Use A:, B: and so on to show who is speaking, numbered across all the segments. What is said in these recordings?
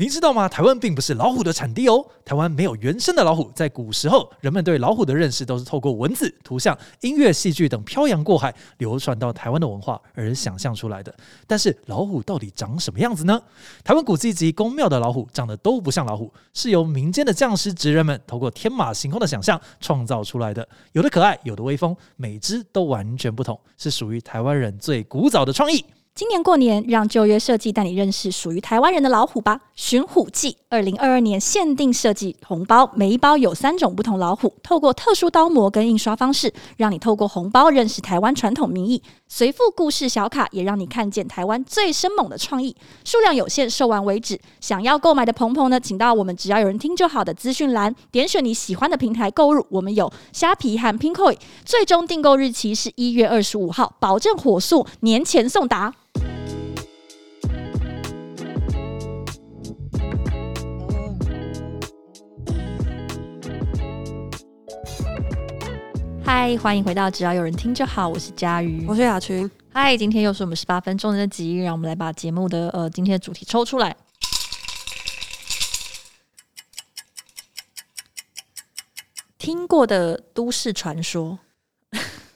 A: 您知道吗？台湾并不是老虎的产地哦，台湾没有原生的老虎。在古时候，人们对老虎的认识都是透过文字、图像、音乐、戏剧等漂洋过海流传到台湾的文化而想象出来的。但是，老虎到底长什么样子呢？台湾古迹及宫庙的老虎长得都不像老虎，是由民间的匠师职人们透过天马行空的想象创造出来的，有的可爱，有的威风，每只都完全不同，是属于台湾人最古早的创意。
B: 今年过年，让旧约设计带你认识属于台湾人的老虎吧！寻虎记二零二二年限定设计红包，每一包有三种不同老虎，透过特殊刀模跟印刷方式，让你透过红包认识台湾传统民艺。随附故事小卡，也让你看见台湾最生猛的创意。数量有限，售完为止。想要购买的鹏鹏呢，请到我们只要有人听就好的资讯栏，点选你喜欢的平台购入。我们有虾皮和 Pinkoi，最终订购日期是一月二十五号，保证火速，年前送达。嗨，欢迎回到只要有人听就好，我是佳瑜，
C: 我是雅群，
B: 嗨，今天又是我们十八分钟的集，让我们来把节目的呃今天的主题抽出来。听过的都市传说，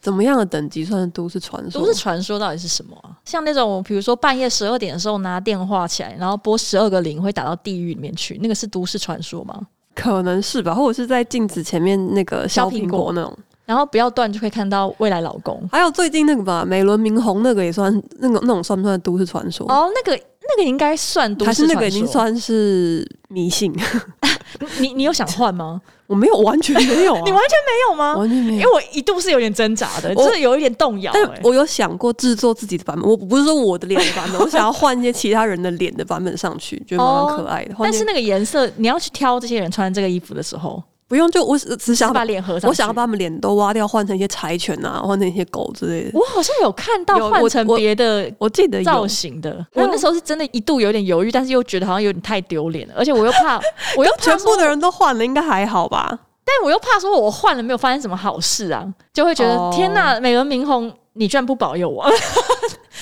C: 怎么样的等级算都市传说？
B: 都市传说到底是什么啊？像那种比如说半夜十二点的时候拿电话起来，然后拨十二个零会打到地狱里面去，那个是都市传说吗？
C: 可能是吧，或者是在镜子前面那个削苹果那种。
B: 然后不要断就可以看到未来老公。
C: 还有最近那个吧，美轮明宏那个也算那个那种算不算都市传说？
B: 哦，那个那个应该算都
C: 嗯还
B: 市
C: 是
B: 传说。
C: 那个已经算是迷信？
B: 你你有想换吗？
C: 我没有，完全没有、啊，
B: 你完全没有吗？
C: 完全没
B: 因
C: 有
B: 为。我一度是有点挣扎的，
C: 嗯我
B: 真的有一点动摇、
C: 但
B: 欸。
C: 我有想过制作自己的版本，我不是说我的脸的版本，我想要换一些其他人的脸的版本上去，觉得蛮可爱的。换
B: 哦但
C: 一些
B: 是那个颜色，你要去挑这些人穿这个衣服的时候，
C: 不用，就我只只想
B: 要
C: 要
B: 把
C: 把
B: 脸合上去。
C: 我想要把他们脸都挖掉，换成一些柴犬啊，换成一些狗之类的。
B: 我好像有看到
C: 有
B: 换
C: 我
B: 成
C: 我
B: 别的
C: 我记得
B: 造
C: 有，啊
B: 型的，
C: 我
B: 我那时候是真的一度有点犹豫，但是又觉得好像有点太丢脸了，而且我又 怕，我又怕
C: 全
B: 说
C: 部的人都换了，应该还好吧？
B: 但我又怕说我换了没有发生什么好事啊，就会觉得、
C: 哦
B: 天呐，美轮明宏，你居然不保佑我。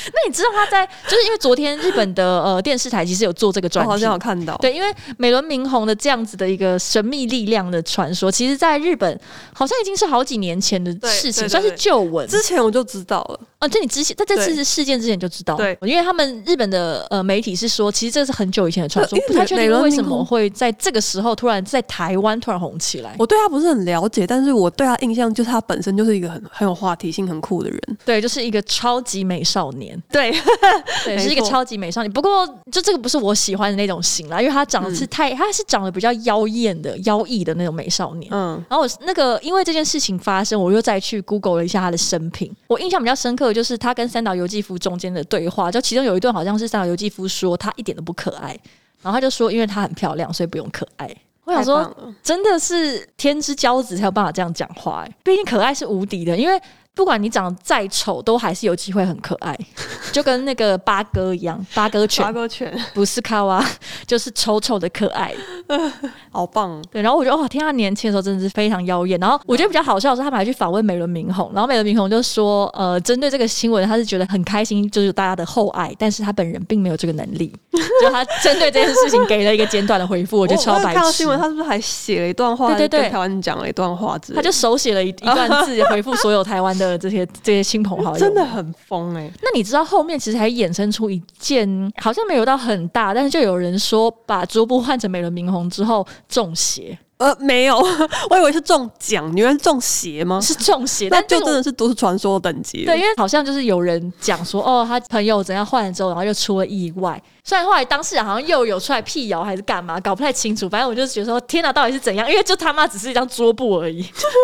B: 那你知道他在，就是因为昨天日本的呃电视台其实有做这个
C: 我
B: 专
C: 哦好
B: 题
C: 像有，看到，
B: 对，因为美轮明宏的这样子的一个神秘力量的传说，其实在日本好像已经是好几年前的事情，
C: 对对对
B: 算是旧闻。
C: 之前我就知道了。
B: 哦，就你之前在这次
C: 对
B: 事件之前就知道，
C: 对
B: 因为他们日本的呃媒体是说，其实这是很久以前的传说
C: 呃对，因为
B: 不太确
C: 美
B: 定
C: 轮
B: 为
C: 明
B: 什么
C: 宏
B: 会在这个时候突然在台湾突然红起来。
C: 我对他不是很了解，但是我对他印象就是他本身就是一个很很有话题性、很酷的人。
B: 对，就是一个超级美少年，
C: 对，
B: 对，
C: 没
B: 是一个
C: 错
B: 超级美少年。不过，就这个不是我喜欢的那种型啦，因为他长
C: 嗯
B: 得是太，他是长得比较妖艳的、妖异的那种美少年。
C: 嗯，
B: 然后我那个因为这件事情发生，我又再去 Google 了一下他的生平。我印象比较深刻的就是他跟三岛由纪夫中间的对话，就其中有一段好像是三岛由纪夫说他一点都不可爱，然后他就说因为他很漂亮，所以不用可爱。我想说
C: 太，棒了，
B: 真的是天之骄子才有办法这样讲话、欸，毕竟可爱是无敌的，因为不管你长得再丑，都还是有机会很可爱，就跟那个八哥一样，八哥
C: 抓
B: 犬
C: 哥犬，
B: 不是卡哇，就是丑丑的可爱。
C: 好棒！
B: 对，然后我觉得哇，天啊，他年轻的时候真的是非常妖艳。然后我觉得比较好笑的是，他们还去访问美轮明宏，然后美轮明宏就说，呃，针对这个新闻，他是觉得很开心，就是大家的厚爱，但是他本人并没有这个能力， 就他针对这件事情给了一个简短的回复，我
C: 我
B: 觉得超
C: 我有
B: 白
C: 看到
B: 痴
C: 新。闻，他是不是还写了一段话？
B: 对对对
C: 跟台湾讲了一段话之类
B: 他
C: 的，
B: 就手写了一一段字回复所有台湾的这些这些亲朋好友。
C: 真的，很疯哎、
B: 那你知道后面其实还衍生出一件好像没有到很大，但是就有人说把桌布换成美轮明宏之后中邪，
C: 呃，没有， 我以为是中奖，原来是中邪吗？
B: 是中邪，
C: 那
B: 但
C: 就
B: 这个
C: 真的是都市传说等级了。
B: 对，因为好像就是有人讲说，哦，他朋友怎样换了之后，然后又出了意外。虽然后来当事人好像又有出来辟谣还是干嘛，搞不太清楚。反正我就觉得说，天哪，到底是怎样？因为就他妈只是一张桌布而已。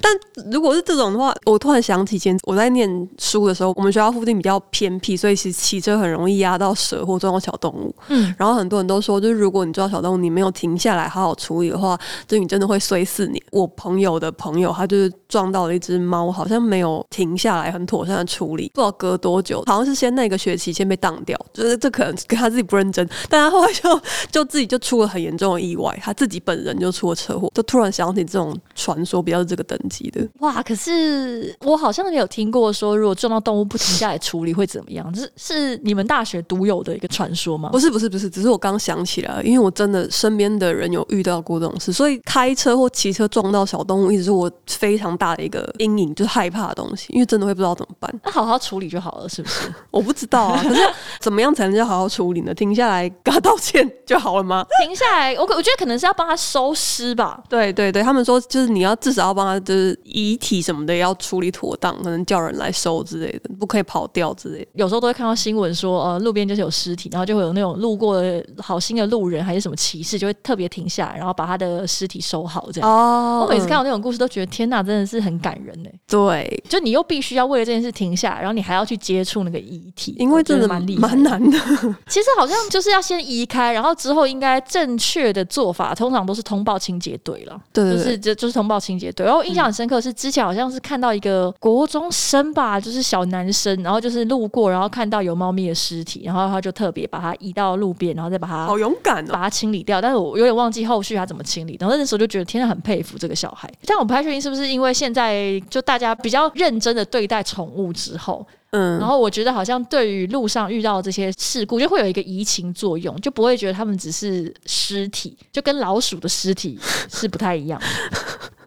C: 但如果是这种的话，我突然想起以前我在念书的时候，我们学校附近比较偏僻，所以其实骑车很容易压到蛇或撞到小动物。
B: 嗯，
C: 然后很多人都说，就是如果你撞到小动物，你没有停下来好好处理的话，就你真的会摔死你。我朋友的朋友，他就是撞到了一只猫，好像没有停下来很妥善的处理，不知道隔多久，好像是先那个学期先被当掉，就是这可能跟他自己不认真，但他后来就就自己就出了很严重的意外，他自己本人就出了车祸，就突然想起这种传说比较是这个等级的。
B: 哇，可是我好像没有听过说，如果撞到动物不停下来处理会怎么样？是是你们大学独有的一个传说吗？
C: 不是不是不是，只是我刚想起来，因为我真的身边的人有遇到过这种事，所以开车或骑车撞到小动物，一直是我非常大的一个阴影，就是害怕的东西，因为真的会不知道怎么办。
B: 那好好处理就好了，是不是？
C: 我不知道啊，可是怎么样才能叫好好处理呢？停下来跟他道歉就好了吗？
B: 停下来，我我觉得可能是要帮他收尸吧。
C: 对对对，他们说就是你要至少要帮他，就是遗体什么的要处理妥当，可能叫人来收之类的，不可以跑掉之类的。
B: 有时候都会看到新闻说，呃，路边就是有尸体，然后就会有那种路过的好心的路人还是什么骑士，就会特别停下来，然后把他的尸体收好这样。
C: 哦
B: 我每次看到那种故事，都觉得天呐，真的是很感人呢。
C: 对，
B: 就你又必须要为了这件事停下，然后你还要去接触那个遗体，
C: 因为
B: 我觉
C: 真
B: 得
C: 的
B: 蛮厉害的
C: 蛮难的。
B: 其实好像就是要先移开，然后之后应该正确的做法，通常都是通报清洁队了。
C: 对对
B: 就
C: 对嗯
B: 是就就是通报清洁队，然后我印象很深刻是之前好像是看到一个国中生吧，就是小男生，然后就是路过，然后看到有猫咪的尸体，然后他就特别把它移到路边，然后再把它
C: 好勇敢
B: 把
C: 哦！
B: 它清理掉，但是我有点忘记后续他怎么清理。然后那时候就觉得，天啊，很佩服这个小孩。但我不太确定是不是因为现在就大家比较认真的对待宠物之后，
C: 嗯
B: 然，后我觉得好像对于路上遇到这些事故，就会有一个移情作用，就不会觉得他们只是尸体，就跟老鼠的尸体是不太一 样的。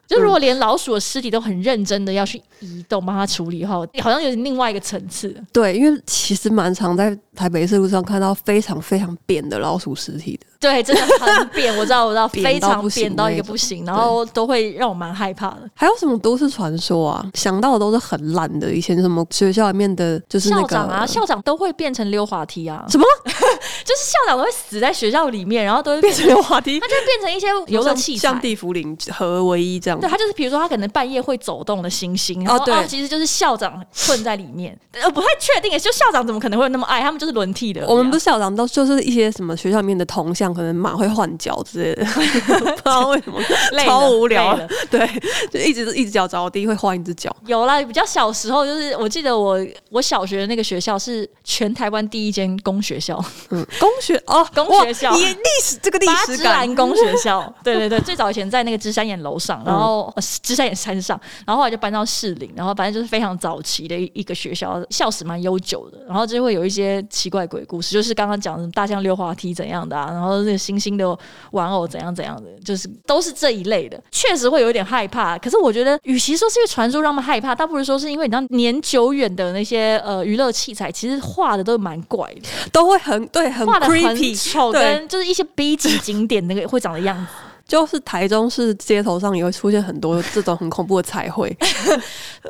B: 就如果连老鼠的尸体都很认真的要去移动帮它处理后，好像有另外一个层次。
C: 对，因为其实蛮常在台北市路上看到非常非常扁的老鼠尸体的。
B: 对，真的很扁，我知道，我知 道，
C: 扁
B: 非
C: 到
B: 常
C: 不
B: 扁
C: 行
B: 到
C: 那
B: 一个
C: 种
B: 不行，
C: 对
B: 然后都会让我蛮害怕的。
C: 还有什么都市传说啊？想到的都是很烂的，以前什么学校里面的，就是那
B: 校
C: 个
B: 长啊，校长都会变成溜滑梯啊，
C: 什么
B: 就是校长都会死在学校里面，然后都会变
C: 变
B: 成，
C: 成有话题
B: 他，就会变成一些游乐器材
C: 像。地茯苓合为一这样
B: 对，。他就是比如说他可能半夜会走动的星星，然
C: 哦
B: 后、啊
C: 对
B: 其实就是校长困在里面，呃，不太确定，就校长怎么可能会那么爱他们，就是轮替的而已啊。
C: 我们不是校长都就是一些什么学校里面的铜像，可能马会换脚之类 的，不知道为什么
B: 累了
C: 超无聊
B: 累了。
C: 对，就一直一只脚着地会换一只脚。
B: 有啦，比较小时候就是我记得我我小学的那个学校是全台湾第一间公学校，
C: 嗯，公学哦，
B: 公学校
C: 哇也历史这个历
B: 八
C: 史
B: 芝
C: 感
B: 兰宫学 校，对对对，最早以前在那个芝山岩楼上，然后、
C: 嗯
B: 呃芝山岩山上，然后后来就搬到士林，然后反正就是非常早期的一一个学校，校史蛮悠久的，然后就会有一些奇怪鬼故事，就是刚刚讲的大象溜滑梯怎样的啊，然后那个星星的玩偶怎样怎样的，就是都是这一类的，确实会有一点害怕。可是我觉得，与其说是因为传说让他们害怕，倒不如说是因为你知道年久远的那些呃娱乐器材，其实画的都蛮怪的。
C: 都会很对，很
B: 画的很
C: creepy。
B: 丑，
C: 对
B: 跟就是一些 B 级景点那个会长的样子。
C: 就是台中市街头上也会出现很多这种很恐怖的彩 绘，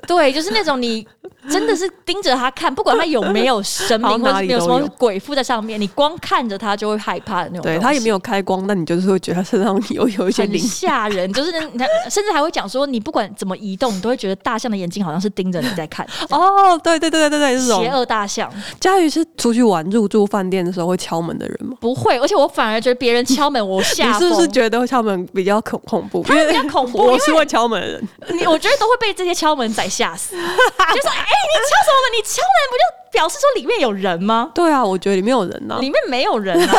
B: 对，就是那种你真的是盯着他看，不管他有没有神明
C: 好
B: 或者
C: 哪里
B: 有什
C: 都
B: 么
C: 有
B: 鬼附在上面，你光看着他就会害怕的那种东西。
C: 对，它也没有开光，但你就是会觉得它身上有有一些
B: 很
C: 灵
B: 吓 人，就是你看，甚至还会讲说，你不管怎么移动，你都会觉得大象的眼睛好像是盯着你在看。哦，
C: 哦，对对对对对对， 这
B: 邪
C: 种。
B: 恶大象
C: 佳宇是出去玩入住饭店的时候会敲门的人吗？
B: 不会，而且我反而觉得别人敲门我
C: 你
B: 吓疯。
C: 是不是觉得敲门比较恐恐怖？
B: 他
C: 因
B: 比
C: 为
B: 较恐怖？
C: 我是会敲门的人，
B: 你我觉得都会被这些敲门仔吓 死，就说：“哎、你敲什么门？你敲门不就表示说里面有人吗？
C: 对啊，我觉得里面有人呐、
B: 里面没有人啊，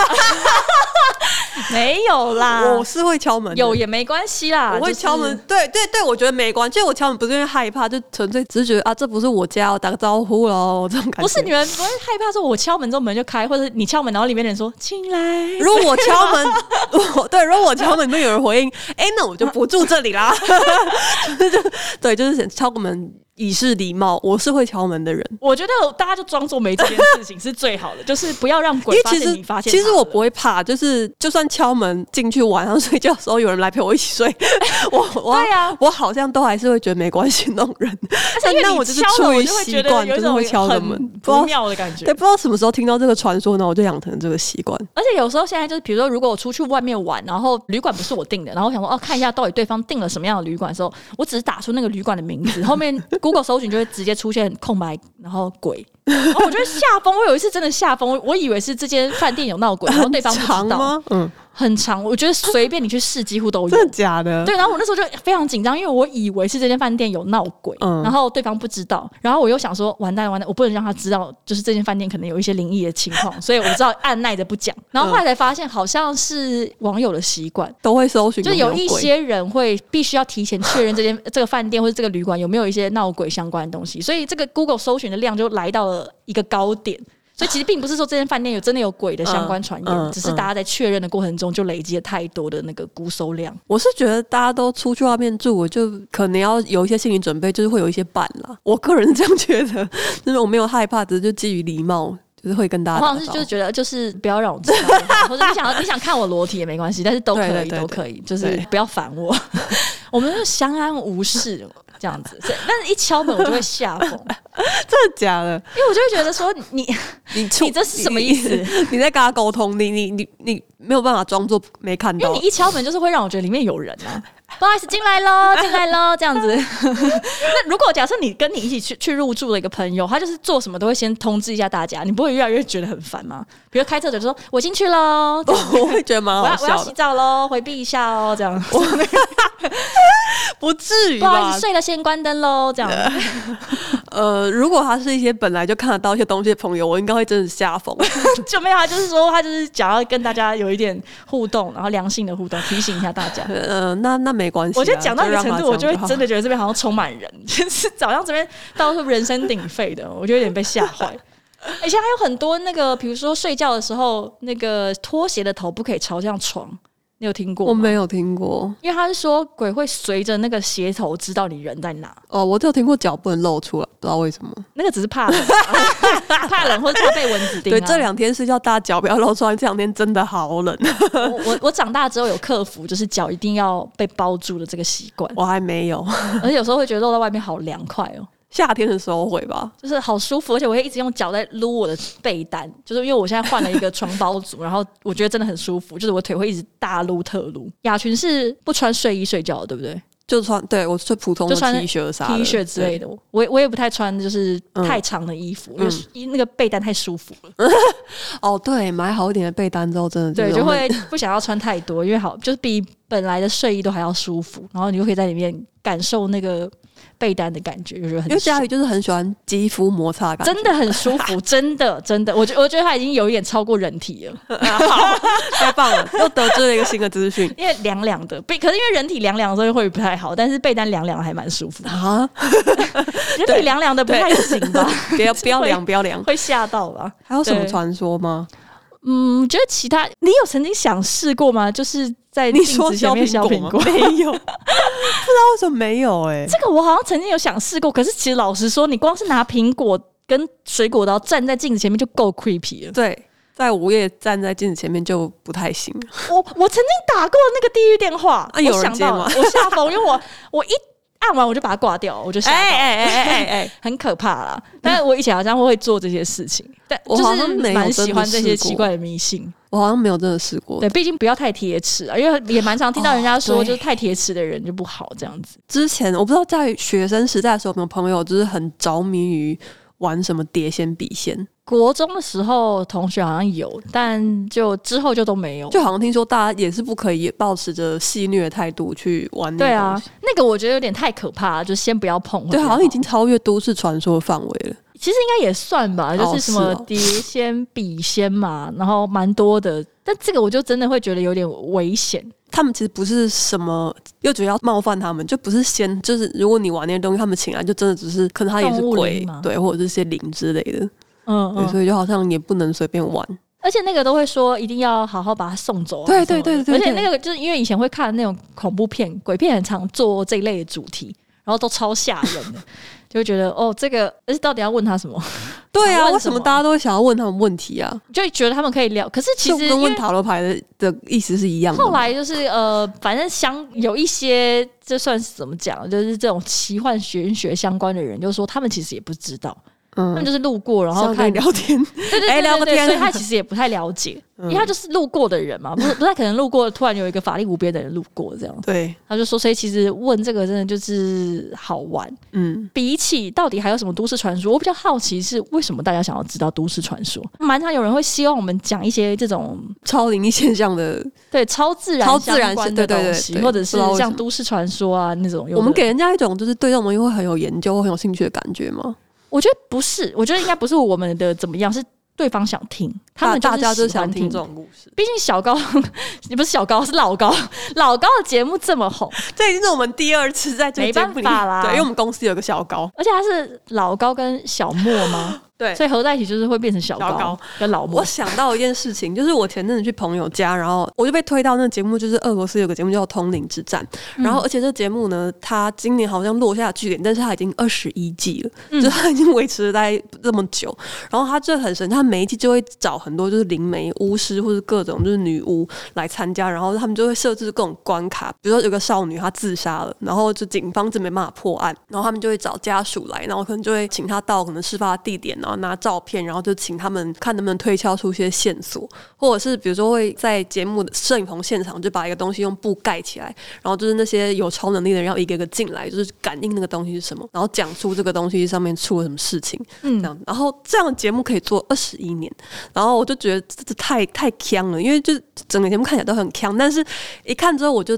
B: 没有啦，
C: 我是会敲门的，
B: 啊
C: 啊
B: 有也没关系啦，
C: 我会
B: 就是
C: 敲门，。对对对，我觉得没关系，就我敲门不是因为害怕，就纯粹只是觉得啊，这不是我家，我打个招呼喽，这种感觉。
B: 不是你们不会害怕说，我敲门之后门就开，或者你敲门然后里面的人说进来，
C: 如果我敲门，我对，如果我敲门里面有人回应，哎、那我就不住这里啦。 对，就是想敲个门以示礼貌，我是会敲门的人。
B: 我觉得大家就装作没这件事情是最好的，就是不要让
C: 因
B: 鬼
C: 为
B: 发
C: 其
B: 现
C: 实
B: 你发现他
C: 其
B: 了。
C: 实我不会怕，就是就算敲门进去晚上睡觉的时候有人来陪我一起睡， 我我
B: 对啊
C: 我好像都还是会觉得没关系那种人。
B: 但是因为
C: 那
B: 你
C: 我就是
B: 敲了
C: 出于
B: 就会
C: 习
B: 觉得
C: 惯，
B: 有
C: 就
B: 一
C: 是
B: 种
C: 会敲着
B: 很
C: 门，不
B: 不
C: 知道
B: 妙的感觉
C: 对，。不知道什么时候听到这个传说呢，我就养成了这个习惯。
B: 而且有时候现在就是，比如说，如果我出去外面玩，然后旅馆不是我订的，然后我想说哦，看一下到底对方订了什么样的旅馆的时候，我只是打出那个旅馆的名 字，后面 Google 搜寻就会直接出现空白，然后 鬼，然后我就会吓疯。我有一次真的吓疯，我以为是这间饭店有闹鬼，然后对方不
C: 长
B: 知道，
C: 吗？嗯，
B: 很长，我觉得随便你去试几乎都有
D: 真。的假的？
B: 对，然后我那时候就非常紧张，因为我以为是这间饭店有闹鬼，
D: 嗯
B: 然后对方不知道，然后我又想说完蛋了完蛋，我不能让他知道，就是这间饭店可能有一些灵异的情况，所以我知道按耐着不讲。然后后来才发现，好像是网友的习惯，
C: 都会搜寻
B: 就
C: 嗯有
B: 有
C: 没
B: 一
C: 有鬼
B: 些人会必须要提前确认这间 这个饭店或者这个旅馆有没有一些闹鬼相关的东西，所以这个 Google 搜寻的量就来到了一个高点。所以其实并不是说这间饭店有真的有鬼的相关传言，
D: 嗯嗯
B: 只是大家在确认的过程中就累积了太多的那个估搜量。
C: 我是觉得大家都出去外面住，我就可能要有一些心理准备，就是会有一些伴啦。我个人是这样觉得，就是我没有害怕，只是就基于礼貌，就是会跟大
B: 我
C: 家打
B: 好
C: 招呼。
B: 像是就 是觉得就是不要让我知道，或者你想要你 想看我裸体也没关系，但是都可以
C: 对对对
B: 都可以，就是
C: 对
B: 不要烦我， 我们就相安无事这样子。但是一敲门我就会吓疯，因
D: 真的假的？
B: 为我就会觉得说你你
C: 你
B: 你这是什么意思？
C: 你 你在跟他沟通，你你你你没有办法装作没看
B: 因
C: 到
B: 为你。一敲门就是会让我觉得里面有人啊。不好意思，进来喽，进来喽，这样子。 那如果假设你跟你一起去去入住的一个朋友，他就是做什么都会先通知一下大家，你不会越来越觉得很烦吗？比如开车的就说我进去喽，这样
C: 我会觉得蛮
B: 我要
C: 哦好
B: 我要
C: 笑
B: 洗
C: 的，
B: 澡喽，回避一下哦，这样。
D: 不至于
B: 不好意
C: 啊
D: 吧
B: 思，？啊睡了先关灯喽，这样。
C: 呃，如果他是一些本来就看得到一些东西的朋友，我应该会真的吓疯。
B: 就没有，他就是说他就是想要跟大家有一点互动，然后良性的互动，提醒一下大 家。
C: 呃，那那没关系啊。
B: 我觉得讲到一个程度，我就
C: 就
B: 会真
C: 的
B: 的觉得这边好像充满人， 就是早上这边到处人声鼎沸的，我就有点被吓坏。而 且还有很多那个，比如说睡觉的时候，那个拖鞋的头不可以朝向床，你有听过吗？
C: 我没有听过
B: 因为他是说鬼会随着那个鞋头知道你人在哪，
C: 哦，我只有听过脚不能露出来，不知道为什么。
B: 那个只是怕冷 啊，怕冷或者怕被蚊子叮、啊。
C: 对，这两天是叫大家脚不要露出来，这两天真的好 冷，
B: 我我我长大之后有克服，就是脚一定要被包住的这个习惯，
C: 我还没有。
B: 而且有时候会觉得露到外面好凉快哦，
C: 夏天的时候会吧？
B: 就是好舒服，而且我会一直用脚在撸我的被单，就是因为我现在换了一个床包组，然后我觉得真的很舒服，就是我腿会一直大撸特撸。雅群是不穿睡衣睡觉的，对不对
C: 就穿对我穿普通的
B: 就穿
C: T 恤啥
B: ？T 恤之类
C: 的
B: 的，我也我也不太穿就是
C: 嗯
B: 太长的衣服，
C: 嗯
B: 因为那个被单太舒服了，
C: 对。哦，对，买好一点的被单之后，真的
B: 对，
C: 是
B: 就
C: 我们
B: 会不想要穿太多，因为好就是比本来的睡衣都还要舒服，然后你就可以在里面感受那个被单的感觉，就觉得很
C: 因为
B: 爽
C: 佳宇就是很喜欢肌肤摩擦的感觉，
B: 真的很舒 服，真的真的，我觉我觉得它已经有一点超过人体了，
C: 太棒了，又得知了一个新的资讯
B: 因为凉凉的被，可是因为人体凉凉的时候会不太好，但是被单凉凉还蛮舒 服的，
C: 啊！
B: 人体凉凉的不太 行吧，
C: 不 要不要凉，不要凉。
B: 会吓到 吧？
C: 还有什么
B: 对
C: 传说吗？
B: 嗯，我觉得其他你有曾经想试过吗？就是在
C: 你
B: 镜
C: 说
B: 子前面削
C: 削苹
B: 苹
C: 果
B: 果
C: 吗， 没有，不知道为什么没有哎、
B: 这个我好像曾经有想试过，可是其实老实说，你光是拿苹果跟水果刀站在镜子前面就够 creepy 了。
C: 对，在午夜站在镜子前面就不太行。
B: 我我曾经打过那个地狱电话，
C: 啊有
B: 我
C: 人
B: 想
C: 接
B: 到了
C: 吗
B: 我吓疯，因为我我一按完我就把它挂掉，我就吓到了。
C: 哎哎哎！
B: 很可怕啦，但是我以前好像会做这些事情， 但
C: 我好像
B: 就是
C: 没有
B: 蛮
C: 真
B: 喜
C: 的
B: 欢这些
C: 试过
B: 奇怪的迷信。
C: 我好像没有真的试过。
B: 对，毕竟不要太铁齿啊，因为也蛮常听到人家说，
C: 哦对
B: 就是太铁齿的人就不好这样子。
C: 之前我不知道在学生时代的时候，有没有朋友就是很着迷于玩什么碟仙、笔仙，
B: 国中的时候，同学好像有，但就之后就都没有。
C: 就好像听说大家也是不可以保持着戏虐的态度去玩那
B: 对
C: 个东
B: 啊
C: 西。，
B: 那个我觉得有点太可怕了，就先不要碰会比较。
C: 对，啊好像已经超越都市传说的范围了。
B: 其实应该也算吧，就是什
C: 是
B: 么
C: 哦
B: 碟仙、笔仙嘛，然后蛮多的。但这个我就真的会觉得有点危险。
C: 他们其实不是什么，又觉得要冒犯他们，就不是仙，就是如果你玩那些东西，他们请来就真的只是，可能他也是
B: 动物
C: 鬼
B: 灵吗，
C: 对，或者是一些灵之类的，
B: 嗯
C: 对，
B: 嗯，
C: 所以就好像也不能随便玩。
B: 而且那个都会说一定要好好把他送走啊。
C: 对
B: 什么的
C: 对对对
B: 而且
C: 对
B: 那个就是因为以前会看那种恐怖片、鬼片，很常做这一类的主题，然后都超吓人的，就会觉得哦，这个而且到底要问他什么，
C: 对
B: 想
C: 啊，
B: 问
C: 为什
B: 什
C: 么
B: 么
C: 大家都会想要问他们问题啊？
B: 就觉得他们可以聊。可是其
C: 就
B: 实
C: 跟
B: 因
C: 问
B: 为
C: 塔罗牌的的意思是一样的吗。
B: 后来就是呃，反正相有一些，这算是怎么讲，就是这种奇幻玄学相关的人，就说他们其实也不知道，他们就是路过，然后
C: 嗯然后
B: 看
C: 聊天，
B: 对
D: 嗯
B: 对
D: 哎
B: 对
D: 聊
B: 对
D: 个
B: 对，
D: 天嗯
B: 所以他其实也不太了解，因为他就是路过的人嘛，不是不太可能路过，突然有一个法力无边的人路过这样，
C: 对，
B: 他就说，所以其实问这个真的就是好玩。
C: 嗯，
B: 比起到底还有什么都市传说，我比较好奇是为什么大家想要知道都市传说。蛮常有人会希望我们讲一些这种
C: 超灵异现象的，
B: 对超自然、
C: 超自然
B: 的
C: 是对对
B: 东
C: 对
B: 西，
C: 对
B: 或者是
C: 不知道为什
B: 像
C: 么
B: 都市传说啊那种有的。
C: 我们给人家一种就是对这种东西会很有研究、很有兴趣的感觉嘛。
B: 我觉得不是，我觉得应该不是我们的怎么样，是对方想听，他们
C: 大大家
B: 就
C: 就是是
B: 喜欢
C: 想
B: 听
C: 听这。种故事，
B: 毕竟小高， 你不是小高，是老高，老高的节目这么红，
C: 这已经是我们第二次在这个
B: 没
C: 节
B: 办
C: 目里
B: 法啦
C: 对，因为我们公司有个小高，
B: 而且他是老高跟小莫吗？
C: 对
B: 所以合在一起就是会变成小
C: 小
B: 高
C: 高
B: 跟老莫
C: 我。想到一件事情，就是我前阵子去朋友家，然后我就被推到那个节目，就是俄罗斯有个节目叫《通灵之战》，然后而且这个节目呢，它今年好像落下据点，但是它已经二十一季了，就是它已经维持了大概这么久。然后它这很神，它每一季就会找很多就是灵媒、巫师或者各种就是女巫来参加，然后他们就会设置各种关卡，比如说有个少女她自杀了，然后就警方这没办法破案，然后他们就会找家属来，然后可能就会请他到可能事发地点，然啊后拿照片，然后就请他们看能不能推敲出一些线索，或者是比如说会在节目的摄影棚现场就把一个东西用布盖起来，然后就是那些有超能力的人要一个一个进来，就是感应那个东西是什么，然后讲出这个东西上面出了什么事情，
B: 嗯
C: 这样。然后这样的节目可以做二十一年，然后我就觉得这这太太强了，因为就是整个节目看起来都很强，但是一看之后我就。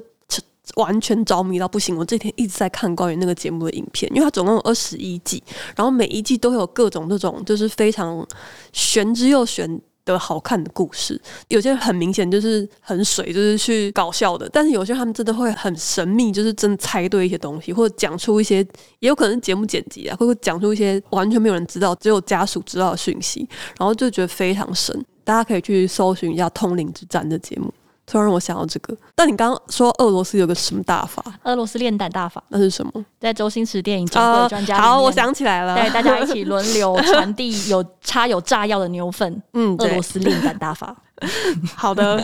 C: 完全着迷到不行，我这几天一直在看关于那个节目的影片，因为它总共有二十一季，然后每一季都会有各种这种就是非常玄之又玄的好看的故事，有些很明显就是很水，就是去搞笑的，但是有些他们真的会很神秘，就是真的猜对一些东西，或者讲出一些，也有可能是节目剪辑啊，或者讲出一些完全没有人知道，只有家属知道的讯息，然后就觉得非常神。大家可以去搜寻一下《通灵之战》的节目，突然让我想到这个。但你刚刚说俄罗斯有个什么大法，
B: 俄罗斯炼胆大法，
C: 那是什么？啊
B: 在周星驰电影《中国专家》里面
C: 呃好，我想起来
B: 带
C: 了，
B: 大家一起轮流传递有插有炸药的牛粪，
C: 嗯，
B: 俄
C: 对
B: 罗，斯炼胆大法。
C: 好的，